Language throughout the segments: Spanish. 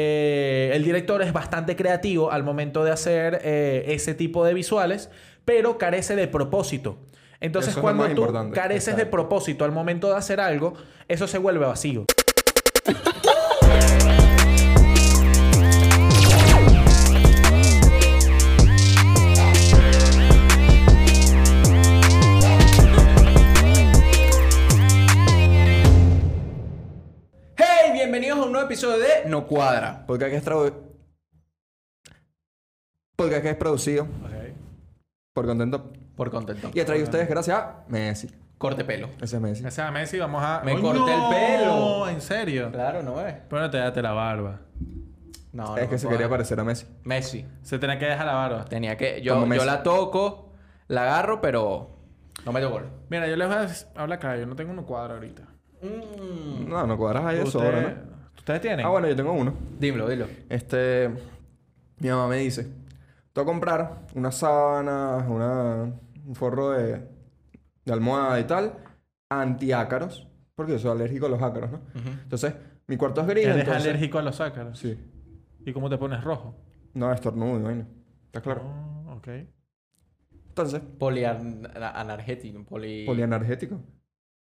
Eh, el director es bastante creativo al momento de hacer eh, ese tipo de visuales, pero carece de propósito. Entonces, Eso es lo cuando más tú importante. careces de Exacto. propósito al momento de hacer algo, eso se vuelve vacío. ¡Hey! Bienvenidos a un nuevo episodio de No Cuadra. Porque aquí es tradu- Porque aquí es producido por contento. Por contento. Y traído ustedes gracias a Messi. Corte pelo. Ese es Messi. O sea, Messi, vamos a. Me corté el pelo. ¿En serio? Claro, no es. Pero no te dejaste la barba. No, es que se quería parecer a Messi. Messi. Se tenía que dejar la barba. Tenía que. Yo, Como yo Messi. la toco, la agarro, pero. No meto gol. Mira, yo les voy a decir- habla acá, yo no tengo uno cuadro ahorita. Mm. No, no cuadras ahí eso ahora, Ustedes- ¿no? ¿Ustedes tienen? Ah, bueno, yo tengo uno. Dilo, dilo. Este. Mi mamá me dice: Te voy a comprar una sábana, una, un forro de, de almohada y tal, antiácaros, porque yo soy alérgico a los ácaros, ¿no? Entonces, mi cuarto es gris. Eres entonces- alérgico a los ácaros. Sí. ¿Y cómo te pones rojo? No, estornudo, y vaina. Está claro. Ah, ok. Entonces, Polianargético. Poli... polianergético.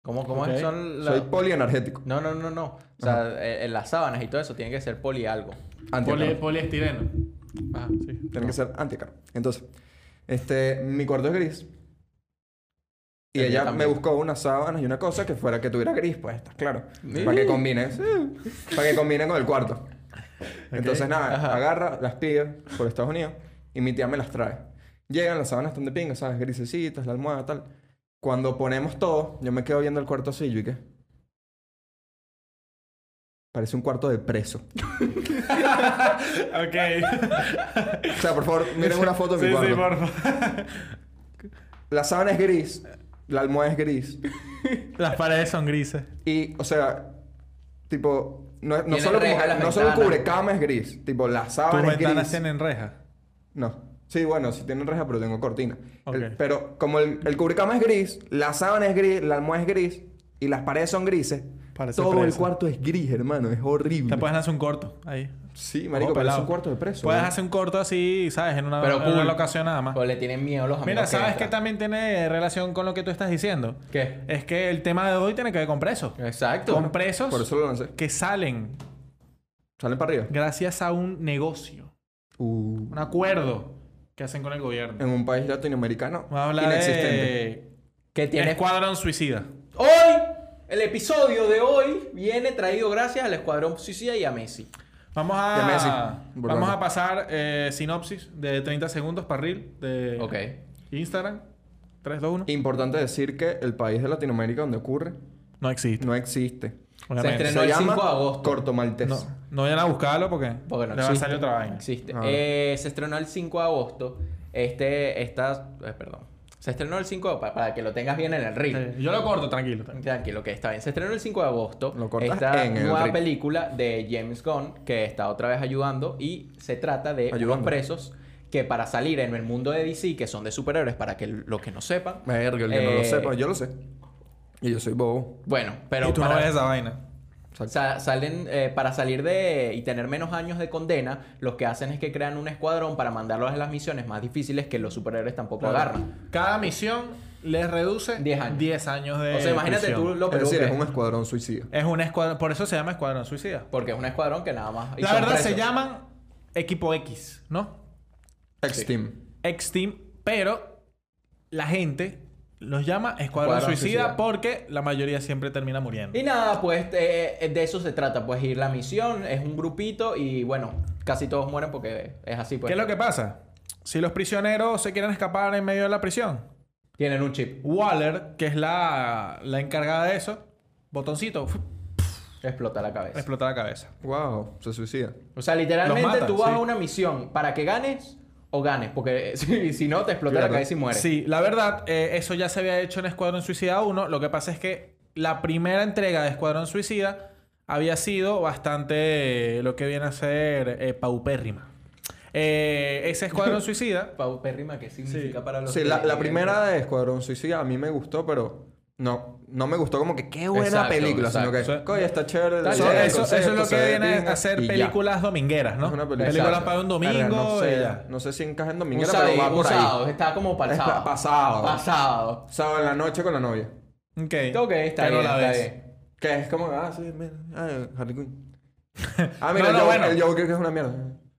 ¿Cómo, cómo Ok. son Soy la- polianergético. No, no, no, no. O sea, eh, en las sábanas y todo eso tiene que ser poli algo. Antiácaro. Poli- poliestireno. Ah, sí. Tiene que ser antiácaro. Entonces, este, mi cuarto es gris. Y El mío ella me también. buscó unas sábanas y una cosa que fuera que tuviera gris, pues está claro. Para que combine. Para que combine con el cuarto. Entonces, nada, agarra, las pide por Estados Unidos y mi tía me las trae. Llegan, las sábanas están de pinga, ¿sabes? Grisecitas, la almohada, tal. Cuando ponemos todo, yo me quedo viendo el cuarto así, yo y qué. Parece un cuarto de preso. Ok. O sea, por favor, miren una foto de mi sí, cuarto. sí, por favor. La sábana es gris, la almohada es gris. Las paredes son grises. Y, o sea, tipo, no, no Tiene solo, como- rejas las no solo el ventanas. cubrecama es gris, tipo, la Tus sábana es ventanas Ah, gris. tienen reja. No. Sí, bueno, sí tienen reja, pero tengo cortina. Ok. El- pero como el, el cubrecama es gris, la sábana es gris, la almohada es gris y las paredes son grises, Parece todo el preso. cuarto es gris, hermano, es horrible. Te puedes hacer un corto ahí. Sí, marico, Ojo, pero es pelado. un cuarto de preso. Puedes ¿no? hacer un corto así, ¿sabes? En una, Pero en cool. una locación nada más. Pero le tienen miedo los amigos. Mira, ¿sabes qué entran. también tiene relación con lo que tú estás diciendo? ¿Qué? Es que el tema de hoy tiene que ver con presos. Exacto. Con presos Por eso lo lancé. que salen Salen para arriba. gracias a un negocio, Uh, un acuerdo que hacen con el gobierno. en un país latinoamericano Vamos a hablar inexistente. de Que tienes Escuadrón Suicida. Hoy, el episodio de hoy viene traído gracias al Escuadrón Suicida y a Messi. Vamos De Messi, a, vamos volvamos. a pasar eh, sinopsis de 30 segundos para reel de Instagram. 3, 2, 1. Importante decir que el país de Latinoamérica donde ocurre No existe. no existe. obviamente. estrenó- No, el 5 de agosto. Corto Maltés. No, no vayan a buscarlo porque, Porque no le va a existe. salir otra No vaina. existe. Ah. Eh, se estrenó el 5 de agosto. Este, esta, eh, perdón. Se estrenó el 5 de para, para que lo tengas bien en el ring. Sí, Yo lo corto, tranquilo. tranquilo. Tranquilo, que está bien. Se estrenó el 5 de agosto. Lo cortas esta en el nueva reel. película de James Gunn que está otra vez ayudando y se trata de unos Ayudando. presos que para salir en el mundo de DC, que son de superhéroes, para que los que no sepan. Verga, el que no lo eh, sepa, yo lo sé. Y yo soy bobo. Bueno, pero y tú para- no ves esa vaina. Sa- salen eh, para salir de y tener menos años de condena, lo que hacen es que crean un escuadrón para mandarlos a las misiones más difíciles que los superhéroes tampoco agarran. Cada misión les reduce 10 años. 10 años de. o sea, imagínate Eh, prisión. tú lo es peludo decir, que es un escuadrón suicida. Es un escuadrón. Por eso se llama Escuadrón Suicida. porque es un escuadrón que nada más y La son verdad se presos. llaman Equipo X, ¿no? Ex-Team. X-Team, pero la gente los llama Escuadrón, Escuadrón Suicida, Suicida. porque la mayoría siempre termina muriendo. Y nada, pues eh, de eso se trata, pues ir la misión, es un grupito y bueno, casi todos mueren porque es así pues. ¿Qué es lo que pasa? Si los prisioneros se quieren escapar en medio de la prisión, Tienen un chip, Waller, que es la, la encargada de eso, botoncito, ¡fuf! explota la cabeza. explota la cabeza. Wow, se suicida. O sea, literalmente Los matan, tú vas sí. a una misión para que ganes o ganes, porque si, si no te explota Claro. la cabeza y mueres. Sí, la verdad, eh, eso ya se había hecho en Escuadrón Suicida 1. Lo que pasa es que la primera entrega de Escuadrón Suicida había sido bastante eh, lo que viene a ser eh, paupérrima. Eh, ese Escuadrón Suicida Paupérrima, ¿qué significa para los Sí, la, que- la primera de Escuadrón Suicida a mí me gustó, pero No, no me gustó como que qué buena Exacto, película, sino que, exacto. coño, está chévere. Tal- la Eso, idea, el eso- eso concepto, es lo se que ve viene pinga, a hacer y ya. películas domingueras, ¿no? Es una película. películas Exacto. para un domingo Verga, no y sé, ya. no sé si encaja en Un domingo, sábado, pero va un por sábado, ahí. está como para el Es pa- sábado. pa' sábado. Pasado. Sábado en la noche con la novia. Ok. Ok, está Pero bien, la está ves. bien. Que es como, ah, sí, mira, ah, Harley Quinn. Ah, No, no, mira, el, Joker- bueno. el Joker que es una mierda.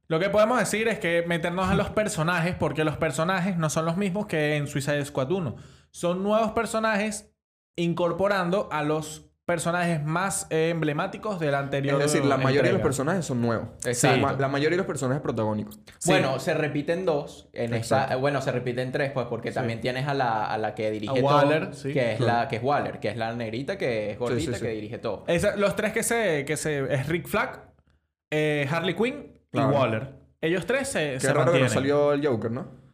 Lo que podemos decir es que meternos a los personajes, porque los personajes no son los mismos que en Suicide Squad 1. Son nuevos personajes incorporando a los personajes más eh, emblemáticos del anterior. Es decir, la mayoría de los entrega. personajes son nuevos. Exacto. La ma- La mayoría de los personajes protagónicos. Sí. Bueno, se repiten dos. En esta, Exacto. bueno, se repiten tres, pues, porque también tienes a la, a la que dirige A todo. Waller, sí. que, es Claro. la, que es Waller, que es la negrita, que es gordita, sí, sí. que dirige todo. Esa- los tres que se, que se. Es Rick Flag, eh, Harley Quinn Claro. y Waller. Ellos tres se. Qué se raro que mantienen. no salió el Joker, ¿no?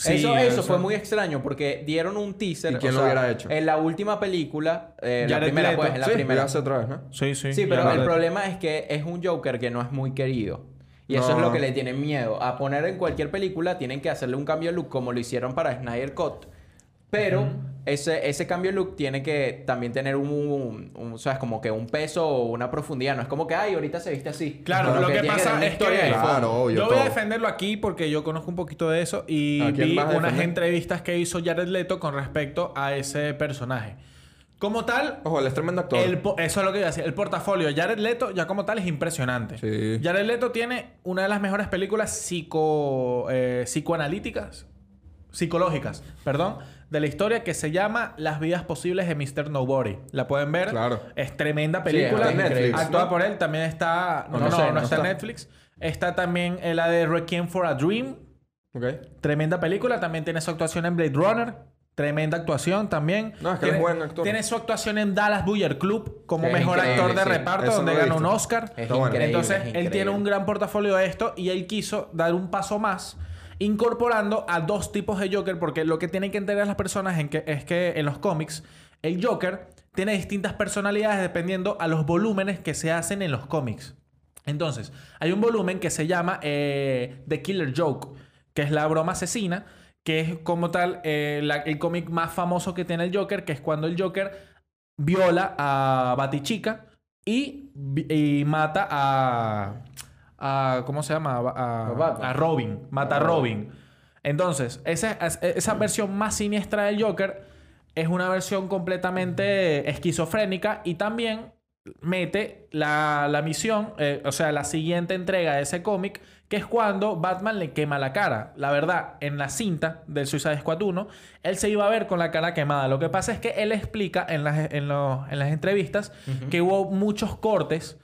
Sí, eso, eso, fue muy extraño porque dieron un teaser. ¿Y quién lo o sea, hubiera hecho? En la última película, eh, la Jared primera, Leto. pues, en la sí, primera. lo hace otra vez, ¿no? Sí, sí. Sí, pero Ya el lo- problema es que es un Joker que no es muy querido. Y eso es No. lo que le tienen miedo. A poner en cualquier película tienen que hacerle un cambio de look como lo hicieron para Snyder Cut. Pero ese, ese cambio de look tiene que también tener un, un- un- ¿sabes? Como que un peso o una profundidad. No es como que, ay, ahorita se viste así. Claro, Como lo que tiene tener pasa una es que historia de Claro, fondo. obvio, yo voy a todo. defenderlo aquí porque yo conozco un poquito de eso y ¿A quién vi vas a unas defender? entrevistas que hizo Jared Leto con respecto a ese personaje. Como tal, Ojo, él es tremendo actor. el po- eso es lo que iba a decir. El portafolio de Jared Leto ya como tal es impresionante. Sí. Jared Leto tiene una de las mejores películas psico, eh, psicoanalíticas, psicológicas, perdón, de la historia que se llama Las vidas posibles de Mr. Nobody. La pueden ver. Claro. Es tremenda película. está en Netflix, Actuada ¿no? por él. También está... No, No, no, no sé, no no está en está. Netflix. Está también eh, la de Requiem for a Dream. Ok. Tremenda película. También tiene su actuación en Blade Runner. Tremenda actuación también. No, es que él tiene, es buen actor. Tiene su actuación en Dallas Buyer Club como Es mejor increíble, actor de sí. reparto, Eso donde no lo he ganó un visto. Oscar. Es Está bueno. increíble, es Entonces, él increíble. tiene un gran portafolio de esto y él quiso dar un paso más incorporando a dos tipos de Joker porque lo que tienen que entender las personas en que, es que en los cómics el Joker tiene distintas personalidades dependiendo a los volúmenes que se hacen en los cómics. Entonces, hay un volumen que se llama eh, The Killer Joke, que es la broma asesina, que es como tal eh, la- el cómic más famoso que tiene el Joker, que es cuando el Joker viola a Batichica y, vi- y mata a, a- ¿Cómo se llama? A, a- A Batman. a Robin. Mata a Robin. Entonces, esa, es- e, esa versión más siniestra del Joker es una versión completamente esquizofrénica y también mete la, la misión, eh, o sea, la siguiente entrega de ese cómic, que es cuando Batman le quema la cara. La verdad, en la cinta del Suicide Squad 1, él se iba a ver con la cara quemada. Lo que pasa es que él explica en las, en los- en las entrevistas que hubo muchos cortes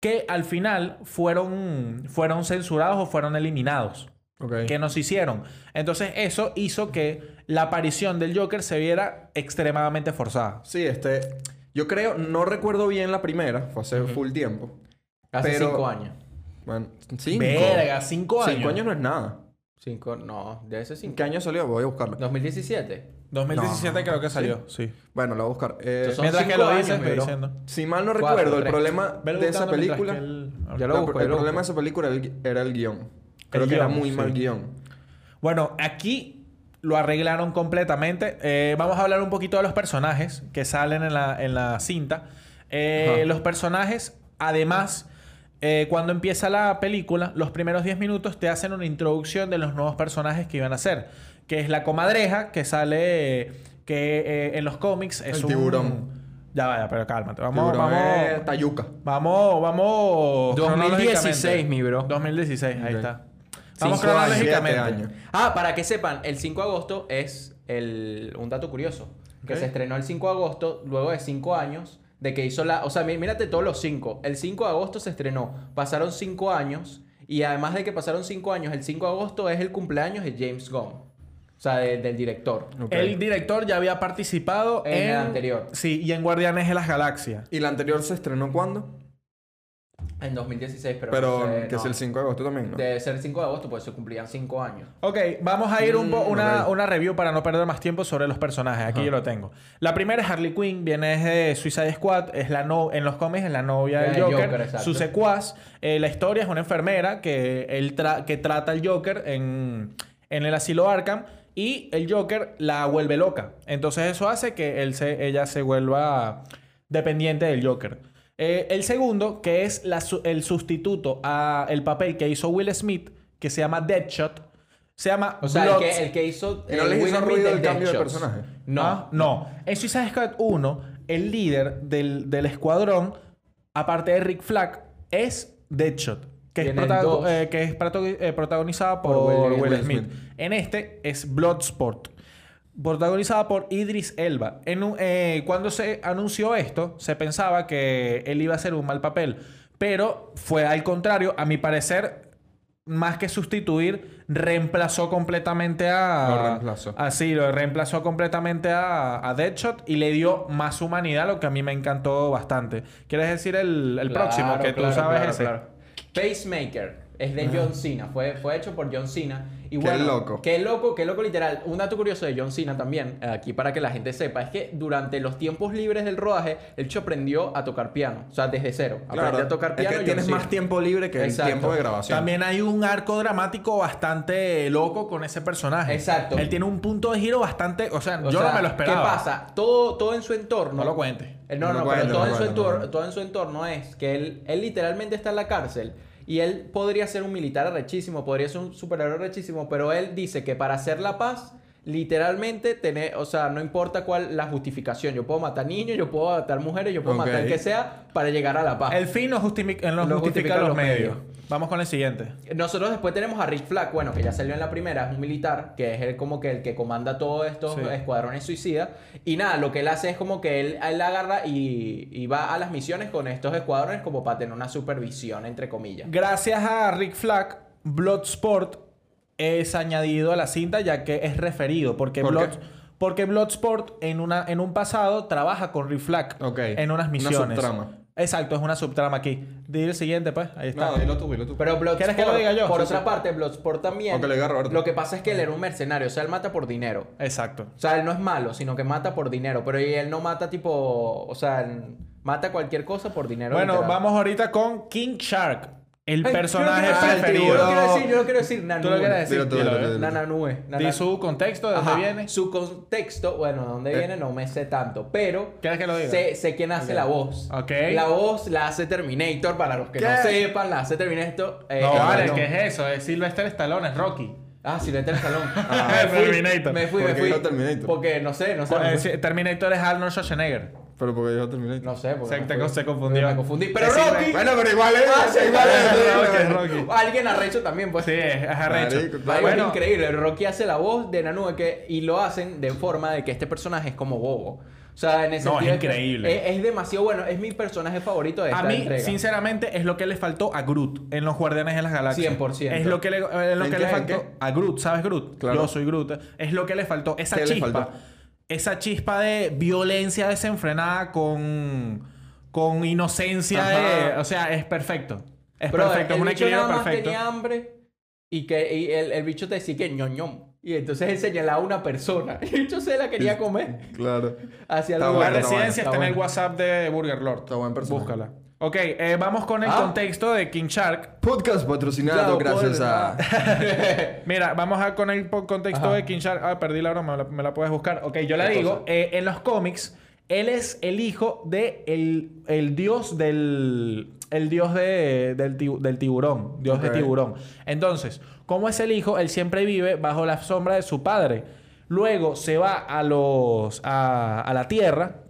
que al final fueron, fueron censurados o fueron eliminados Ok. que nos hicieron. Entonces eso hizo que la aparición del Joker se viera extremadamente forzada. Sí, este... Yo creo... No recuerdo bien la primera. Fue hace full tiempo. Hace pero- cinco años. Bueno, cinco. Verga, cinco años. Cinco años no es nada. Cinco, no, de ese cinco. ¿Qué año salió? Voy a buscarlo. 2017. 2017 creo que salió, sí. Bueno, lo voy a buscar. Eh, Estos son Mientras que cinco lo años, dices, mi ve bro. diciendo. Si mal no Cuatro, recuerdo, el tres. problema Ve de esa buscando mientras película... que él- Ya lo la- busco, el ya lo problema de busco. esa película era el- era el guión. Creo El que era guión, muy sí. mal guión. Bueno, aquí lo arreglaron completamente. Eh, vamos a hablar un poquito de los personajes que salen en la, en la cinta. Eh, Ajá. los personajes, además, eh, cuando empieza la película, los primeros 10 minutos te hacen una introducción de los nuevos personajes que iban a ser. Que es la comadreja, que sale, eh, que eh, en los cómics es El un... tiburón. Ya vaya, pero cálmate. Vamos, Tiburón eh, vamos... es Tayuca. Vamos, vamos... 2016, cronológicamente. mi bro. 2016, ahí Ok. está. Vamos Cinco años, cronológicamente. siete años. Ah, para que sepan, el 5 de agosto es el, un dato curioso. Que Ok. se estrenó el 5 de agosto, luego de 5 años, de que hizo la... O sea, mí- mírate todos los 5. El 5 de agosto se estrenó. Pasaron 5 años. Y además de que pasaron 5 años, el 5 de agosto es el cumpleaños de James Gunn. O sea, de- del director. Ok. El director ya había participado en, En el anterior. Sí, y en Guardianes de las Galaxias. ¿Y la anterior se estrenó cuándo? En 2016, pero... Pero, no sé, que no. es el 5 de agosto también, ¿no? Debe ser el 5 de agosto, pues se cumplían 5 años. Ok, vamos a ir un po- Mm, una, ok. una review para no perder más tiempo sobre los personajes. Aquí yo lo tengo. La primera es Harley Quinn, viene de Suicide Squad, es la no en los cómics es la novia del El Joker, Joker, exacto. su secuaz. Eh, la historia es una enfermera que, él tra- que trata al Joker en, en el asilo Arkham y el Joker la vuelve loca. Entonces eso hace que él se, ella se vuelva dependiente del Joker. Eh, el segundo, que es la su- el sustituto a el papel que hizo Will Smith, que se llama Deadshot, se llama O sea, el Blood- que, el que hizo. ¿Y no el les hizo Will Smith ruido del el cambio de Deadshots. personaje? No. Ah, no. En Suicide Squad 1, el líder del, del escuadrón, aparte de Rick Flag, es Deadshot, que Y es, en el protago- dos- eh, que es prato- eh, protagonizada por, Will, Smith. En este es Bloodsport, protagonizada por Idris Elba. En un- eh, cuando se anunció esto, se pensaba que él iba a hacer un mal papel, pero fue al contrario, a mi parecer. Más que sustituir, reemplazó completamente a. Lo reemplazó. Así, lo reemplazó completamente a, a Deadshot y le dio más humanidad, lo que a mí me encantó bastante. ¿Quieres decir el, el Claro, próximo? Que tú claro, sabes claro, ese. claro. Pacemaker es de John Cena, fue, fue hecho por John Cena. Qué Y bueno, loco. Qué loco, qué loco literal. Un dato curioso de John Cena también, aquí para que la gente sepa, es que durante los tiempos libres del rodaje, el chico aprendió a tocar piano, o sea, desde cero. Aprendió a tocar piano. es que John tienes Cena. más tiempo libre que Exacto. el tiempo de grabación. También hay un arco dramático bastante loco con ese personaje. Exacto. Él tiene un punto de giro bastante. O sea, O yo sea, no me lo esperaba. ¿Qué pasa? Todo, todo en su entorno. No lo cuentes. Eh, No, No no, lo pero cuentes, todo, no lo en su cuentes, no lo entor- cuentes. todo en su entorno es que él, él literalmente está en la cárcel y él podría ser un militar arrechísimo, podría ser un superhéroe arrechísimo, pero él dice que para hacer la paz, literalmente, tener, o sea, no importa cuál la justificación. Yo puedo matar niños, yo puedo matar mujeres, yo puedo Ok. matar el que sea para llegar a la paz. El fin nos justifica, nos Ah. Lo justifica justifica los, los medios. medios. Vamos con el siguiente. Nosotros después tenemos a Rick Flag, bueno, que ya salió en la primera, es un militar, que es el, como que el que comanda todos estos Sí. escuadrones suicidas. Y nada, lo que él hace es como que él, él agarra y, y va a las misiones con estos escuadrones como para tener una supervisión, entre comillas. Gracias a Rick Flag, Bloodsport es añadido a la cinta ya que es referido. Porque, ¿Por qué? Blood- porque Bloodsport en, una, en un pasado trabaja con Rick Flag Ok. en unas Una misiones. subtrama. Exacto, es una subtrama aquí. Dile el siguiente, pues. Ahí está. No, dilo tú, dilo tú. Pero ¿Quieres Bloodsport, que lo diga yo? por Sí, otra sí. parte, Bloodsport también. O que lo diga Roberto. Lo que pasa es que él era un mercenario, o sea, él mata por dinero. Exacto. O sea, él no es malo, sino que mata por dinero. Pero él no mata tipo, o sea, él mata cualquier cosa por dinero. Bueno, literal. vamos ahorita con King Shark, el Ay, personaje yo no quiero- preferido. Yo no quiero decir, yo no quiero decir Nanú. ¿Tú lo quieres decir? Dilo tú, Dilo, dilo tú, eh. dilo tú. Nananue. Nanan- Di su contexto, de dónde Ajá. viene. Eh. Su contexto, bueno, de dónde viene no me sé tanto, pero ¿Quieres que lo diga? Sé, sé quién hace la voz. Ok. La voz la hace Terminator, para los que no ¿Qué? sepan, la hace Terminator. eh, No, Stallone. vale, ¿qué es eso? Es Sylvester Stallone, es Rocky. Ah, Silvestre Salón. Ah, Terminator. Me fui, ¿Por me qué fui. dijo Terminator? Porque no sé, no sé. Eh, pues- me fui. sí, Terminator es Arnold Schwarzenegger. Pero porque yo terminé. No sé, porque Se, me te- fui. se confundió. Me confundí. Pero Es Silve- Rocky. Bueno, pero igual es. Ah, sí, igual vale, es, vale, igual es. vale. Rocky. Alguien arrecho también, pues. Sí, es arrecho. Marico, Ay, claro. Bueno, es increíble. Rocky hace la voz de Nanú que, y lo hacen de forma de que este personaje es como bobo. O sea, en ese No, es sentido increíble. Es, es demasiado bueno. Es mi personaje favorito de esta a mí, entrega. sinceramente, es lo que le faltó a Groot en los Guardianes de las Galaxias. 100%. Es lo que le, es lo que ¿En qué? le ¿En faltó qué? a Groot. ¿Sabes Groot? Claro. Yo soy Groot. Es lo que le faltó. Esa ¿Qué le chispa. faltó? Esa chispa de violencia desenfrenada con, con inocencia. Ajá. de- o sea, es perfecto. Es Brother, perfecto. Es el un bicho equilibrio nada más perfecto. tenía hambre y que y el, el bicho te decía que ñoñón. Y entonces él señalaba a una persona. Y el bicho se la quería comer Claro. hacia el La Está bueno, está lugar. bueno, residencia está, en el WhatsApp de Burger Lord. Está buen personaje. Búscala. Ok, eh, vamos con el Ah. contexto de King Shark. Podcast patrocinado Claro, gracias por- a. Mira, vamos a con el po- contexto Ajá. de King Shark. Ah, perdí la broma, me la, me la puedes buscar. Ok, yo la ¿Qué digo. cosa? eh, en los cómics, él es el hijo de el, el dios del. El dios de- del, ti- del tiburón. Dios Ok. de tiburón. Entonces, como es el hijo, él siempre vive bajo la sombra de su padre. Luego se va a los. a, a la tierra.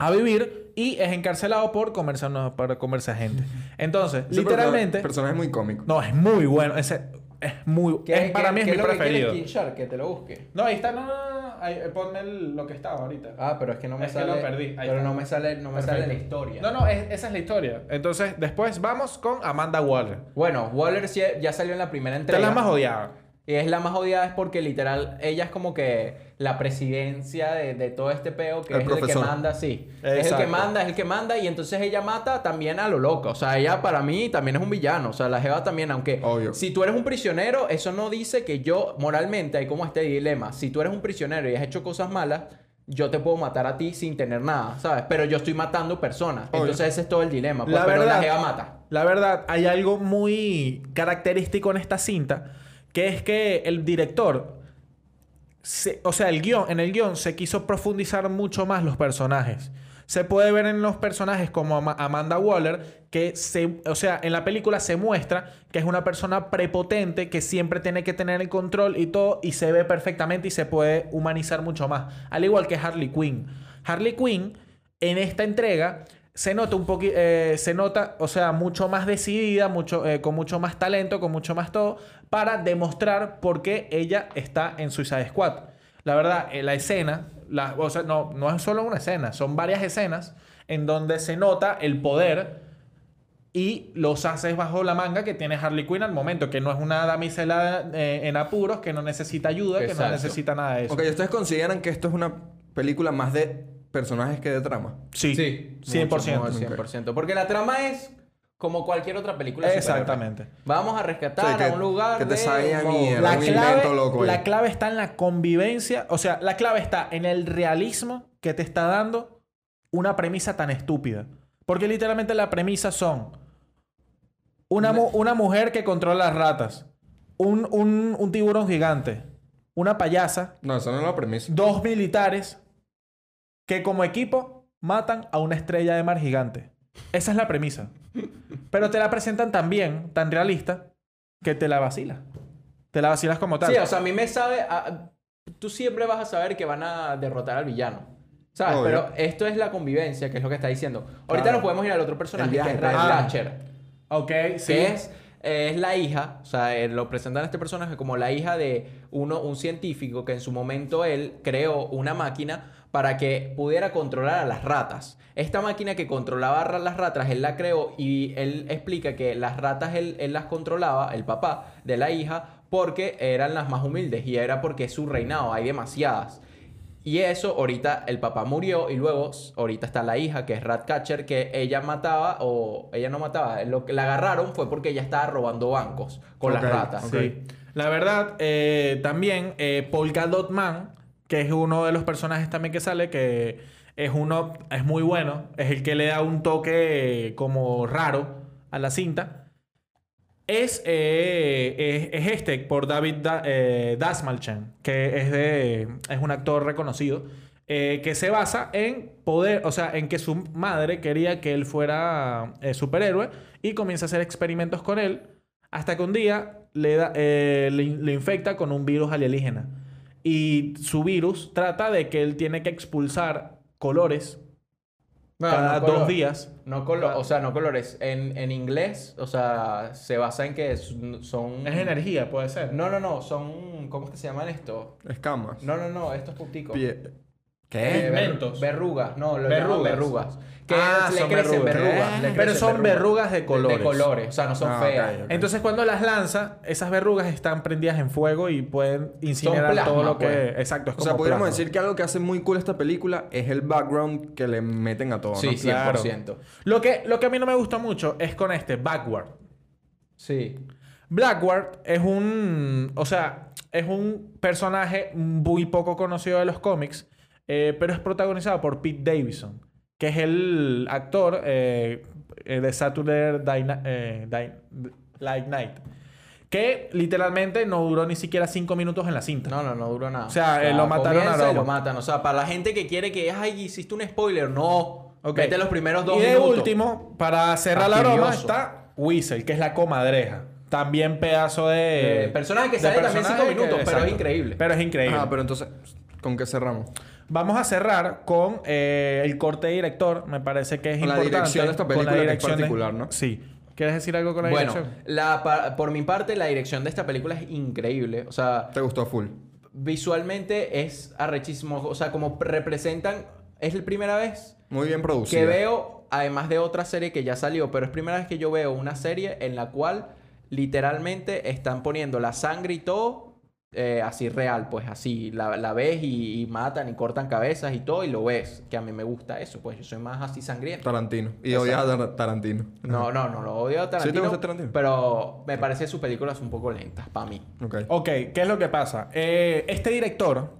A vivir y es encarcelado por comerse, a una- para comerse a gente. Entonces, Ese literalmente. persona- personaje muy cómico. No, es muy bueno. Ese es muy. ¿Qué- es- para qué- mí es qué mi lo que quiere preferido. King Shark? Que te lo busque. No, ahí está. No, no, no. Ahí, eh, ponme el- lo que estaba ahorita. Ah, pero es que no me Es que sale. lo perdí. Ahí Pero está. no me sale, no me sale la Perfecto. historia. No, no, es- esa es la historia. Entonces, después vamos con Amanda Waller. Bueno, Waller sí- ya salió en la primera Esta entrega. es la más odiada. Y es la más odiada es porque literal ella es como que la presidencia de, de todo este peo que El es el que profesor. manda, sí. Es el que Exacto. manda, es el que manda y entonces ella mata también a lo loco. O sea, ella para mí también es un villano. O sea, la jeva también, aunque Obvio. si tú eres un prisionero, eso no dice que yo moralmente hay como este dilema. Si tú eres un prisionero y has hecho cosas malas, yo te puedo matar a ti sin tener nada, ¿sabes? Pero yo estoy matando personas. Obvio. Entonces ese es todo el dilema. pues, pero la jeva mata. La verdad, hay algo muy característico en esta cinta, que es que el director se- o sea, el guión, en el guión se quiso profundizar mucho más los personajes. Se puede ver en los personajes como Ama- Amanda Waller, que se, o sea, en la película se muestra que es una persona prepotente que siempre tiene que tener el control y todo, y se ve perfectamente y se puede humanizar mucho más. Al igual que Harley Quinn. Harley Quinn, en esta entrega, se nota un poquito, se nota, o sea, mucho más decidida, mucho, eh, con mucho más talento, con mucho más todo, para demostrar por qué ella está en Suicide Squad. La verdad, eh, la escena, la- o sea, no, no es solo una escena, son varias escenas en donde se nota el poder y los haces bajo la manga que tiene Harley Quinn al momento, que no es una damisela eh, en apuros, que no necesita ayuda, que no Exacto. necesita nada de eso. Ok, ¿ustedes consideran que esto es una película más de personajes que de trama? Sí, Sí, 100%. mucho, mucho, 100%. Porque la trama es como cualquier otra película. de superhéroes. Exactamente. Vamos a rescatar Sí, que- a un lugar que te de salgan un- y- la un clave, invento loco ahí. la clave está en la convivencia. O sea, la clave está en el realismo que te está dando una premisa tan estúpida. Porque literalmente la premisa son una, mu- una mujer que controla las ratas, un, un- un tiburón gigante, una payasa, No, eso no es la premisa. dos militares que como equipo matan a una estrella de mar gigante. Esa es la premisa. Pero te la presentan tan bien, tan realista, que te la vacilas. Te la vacilas como tal. Sí, o sea, a mí me sabe. a- tú siempre vas a saber que van a derrotar al villano. ¿Sabes? Obvio. Pero esto es la convivencia, que es lo que está diciendo. Ahorita Claro. nos podemos ir al otro personaje, El viaje, que es pues. Ray Ah. Thatcher, ok, sí. Que es, eh, es la hija, o sea, eh, lo presentan a este personaje como la hija de uno, un científico que en su momento él creó una máquina para que pudiera controlar a las ratas. Esta máquina que controlaba a las ratas, él la creó y él explica que las ratas él, él las controlaba, el papá de la hija, porque eran las más humildes y era porque es su reinado, hay demasiadas. Y eso, ahorita el papá murió y luego s- ahorita está la hija, que es Ratcatcher, que ella mataba o ella no mataba, lo que la agarraron fue porque ella estaba robando bancos con Ok, las ratas. ok. Sí. La verdad, eh, también eh, Polka Dot Man, que es uno de los personajes también que sale, que es uno, es muy bueno, es el que le da un toque eh, como raro a la cinta. Es, eh, es, es este, por David Da- eh, Dasmalchen, que es, de, es un actor reconocido, eh, que se basa en poder, o sea, en que su madre quería que él fuera eh, superhéroe y comienza a hacer experimentos con él, hasta que un día le, da, eh, le, in- le infecta con un virus alienígena. Y su virus trata de que él tiene que expulsar colores Bueno, cada no dos color- días. No colo- o sea, no colores. En, en inglés, o sea, se basa en que es- son... Es energía, puede ser. No, no, no, son... ¿Cómo es que se llaman esto? Escamas. No, no, no, estos punticos. Pie- Eh, ¿Qué? ver- Mentos. Verrugas, no, lo Verrugas. llaman verrugas. Que Ah, le son crecen verrugas. verrugas. le Pero crecen son verrugas de colores. De colores, o sea, no son Ah, feas. ok, ok. Entonces cuando las lanza, esas verrugas están prendidas en fuego y pueden incinerar plasma, todo lo que... pues. Exacto, es O como sea, podríamos plasma. decir que algo que hace muy cool esta película es el background que le meten a todo. ¿no? Sí, Claro. 100%. Lo que, lo que a mí no me gustó mucho es con este, Backward. Sí. Blackward es un. O sea, es un personaje muy poco conocido de los cómics, eh, pero es protagonizado por Pete Davidson, que es el actor eh, eh, de Saturday Dyna- eh, Dyn- Light Night, que literalmente no duró ni siquiera cinco minutos en la cinta. No, no, no duró nada. O sea, eh, lo mataron a comienza y Robo. lo matan. O sea, para la gente que quiere que, ay, hiciste un spoiler. No. Ok. Vete los primeros dos Y de minutos. último, para cerrar la broma, Fastidioso. está Whistle, que es la comadreja. También pedazo de... Eh, personaje que de sale también cinco personaje que- minutos, pero es exacto. increíble. Pero es increíble. Ah, pero entonces, ¿con qué cerramos? Vamos a cerrar con eh, el corte de director. Me parece que es Con la importante. dirección de esta Con la película que es dirección de- particular, ¿no? Sí. ¿Quieres decir algo con la Bueno, dirección? la pa- por mi parte, la dirección de esta película es increíble. O sea, ¿Te gustó full? visualmente es arrechísimo. O sea, como representan. Es la primera vez Muy bien que producido. veo, además de otra serie que ya salió, pero es primera vez que yo veo una serie en la cual literalmente están poniendo la sangre y todo eh, así real, pues así la, la ves y, y matan y cortan cabezas y todo y lo ves, que a mí me gusta eso, pues yo soy más así sangriento. Tarantino. Y odias a Tar- Tarantino. No, no, no lo odio a Tarantino, gusta Tarantino? pero me parece sus películas un poco lentas para mí. Ok. Ok, ¿qué es lo que pasa? Eh, este director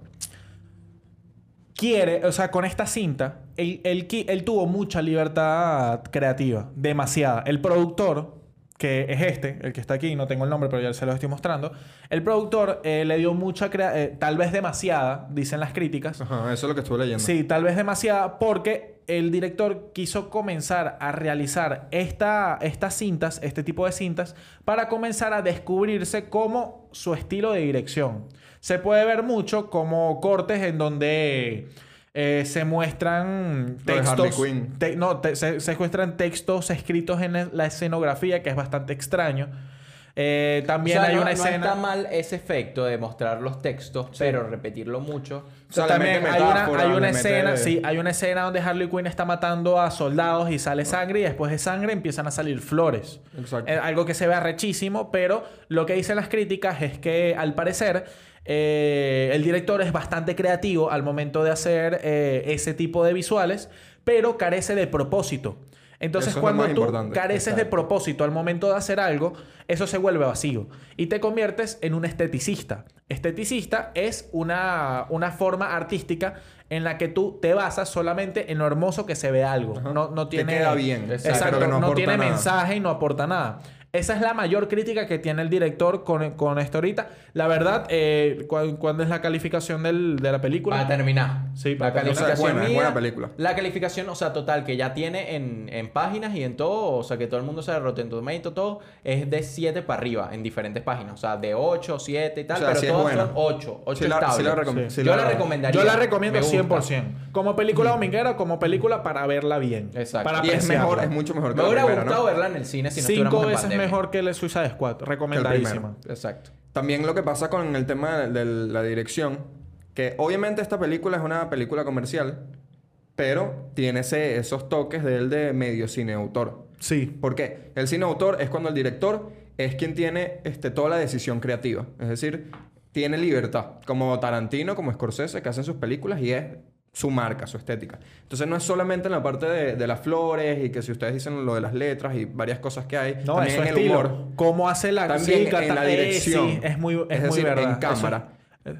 quiere, o sea, con esta cinta, él, él qui- él tuvo mucha libertad creativa, demasiada. El productor, que es este, el que está aquí, no tengo el nombre, pero ya se los estoy mostrando. El productor eh, le dio mucha, crea- eh, tal vez demasiada, dicen las críticas. Ajá, eso es lo que estuve leyendo. Sí, tal vez demasiada, porque el director quiso comenzar a realizar esta, estas cintas, este tipo de cintas, para comenzar a descubrirse como su estilo de dirección. Se puede ver mucho como cortes en donde eh, se muestran Lo de Harley textos. Quinn. te- no, te- se, se muestran textos escritos en la escenografía, que es bastante extraño. Eh, también O sea, hay no, una no escena. está mal ese efecto de mostrar los textos, pero repetirlo mucho. O sea, Solamente también hay una, metáfora, hay una le mete- escena, sí, hay una escena donde Harley Quinn está matando a soldados y sale sangre y después de sangre empiezan a salir flores. Exacto. Eh, algo que se ve arrechísimo, pero lo que dicen las críticas es que al parecer eh, el director es bastante creativo al momento de hacer eh, ese tipo de visuales, pero carece de propósito. Entonces, Eso es lo cuando más tú importante. careces de Exacto. propósito al momento de hacer algo, eso se vuelve vacío y te conviertes en un esteticista. Esteticista es una, una forma artística en la que tú te basas solamente en lo hermoso que se ve algo. No, no Que tiene, queda bien, Exacto, pero que no, no aporta tiene nada. mensaje y no aporta nada. Esa es la mayor crítica que tiene el director con, con esto ahorita. La verdad, eh, ¿cuál, cuál es la calificación del- de la película? Para terminar. Sí, la para terminar. calificación. O sea, es buena, es mía, buena película. La calificación, o sea, total, que ya tiene en, en páginas y en todo, o sea, que todo el mundo sabe Rotten Tomato, todo, es de 7 para arriba en diferentes páginas. O sea, de 8, 7 y tal, O sea, pero sí es todas buena. son 8. 8 Sí la- sí estables. la recom- sí Yo la- la recomendaría. Yo la recomiendo me gusta. 100%. Como película dominguera, como película para verla bien. Exacto. Para Mm. Y es mejor, apreciarla. es mucho mejor que Me hubiera la primera, gustado ¿no? verla en el cine si no Cinco estuviéramos en veces pandemia. mejor que el Suicide Squad. Recomendadísima. Exacto. También lo que pasa con el tema de, de la dirección, que obviamente esta película es una película comercial, pero tiene ese, esos toques de él de medio cine autor. Sí. ¿Por qué? El cine autor es cuando el director es quien tiene este, toda la decisión creativa. Es decir, tiene libertad. Como Tarantino, como Scorsese, que hacen sus películas y es su marca, su estética. Entonces no es solamente en la parte de, de las flores y que si ustedes dicen lo de las letras y varias cosas que hay, No, también eso en es el estilo. humor. Cómo hace la También sí, en cata- la eh, dirección. sí, es muy, es Es muy decir, verdad. en Eso- cámara.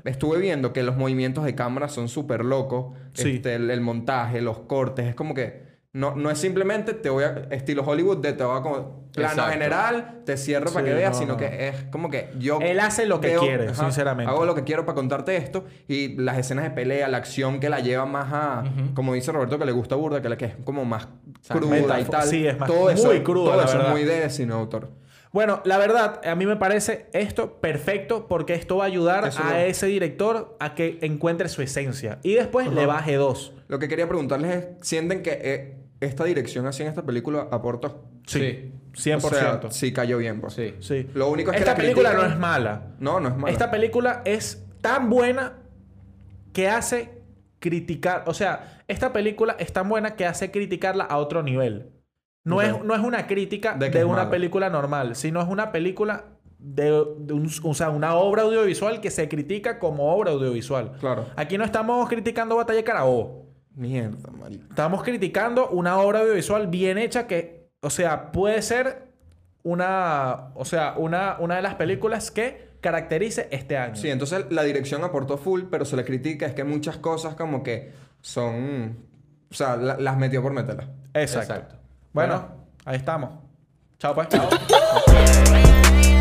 Estuve viendo que los movimientos de cámara son súper locos. Sí. Este, el, el montaje, los cortes. Es como que... No, no es simplemente te voy a... Estilo Hollywood de te voy a como... Plano Exacto. general, te cierro para Sí, que veas. no, sino no. que es como que yo... Él hace lo que quiere, sinceramente. Hago lo que quiero para contarte esto. Y las escenas de pelea, la acción que la lleva más a... Como dice Roberto, que le gusta burda. Que, la, que es como más cruda y metafo- tal. sí, es más- todo eso, muy cruda, Todo la eso verdad. es muy de cine autor. Bueno, la verdad, a mí me parece esto perfecto porque esto va a ayudar Eso a lo- ese director a que encuentre su esencia y después le baje dos. Lo que quería preguntarles es, ¿sienten que eh, esta dirección así en esta película aportó? Sí. O 100%. sea, sí cayó bien, pues. Sí. Sí. Lo único es que Esta la película critican- no es mala. No, no es malo. Esta película es tan buena que hace criticar. O sea, esta película es tan buena que hace criticarla a otro nivel. No, Ok. es, no es una crítica De de, que es una mala. película normal, sino es una película de, de un- o sea, una obra audiovisual que se critica como obra audiovisual. Claro. Aquí no estamos criticando Batalla de Carabobo. Mierda, marico. Estamos criticando una obra audiovisual bien hecha que, o sea, puede ser una, o sea, una, una de las películas que caracterice este año. Sí, entonces la dirección aportó full, pero se le critica es que muchas cosas como que son... O sea, la- las metió por meterlas. Exacto. Exacto. Bueno, ahí estamos. Chao, pues. Chao.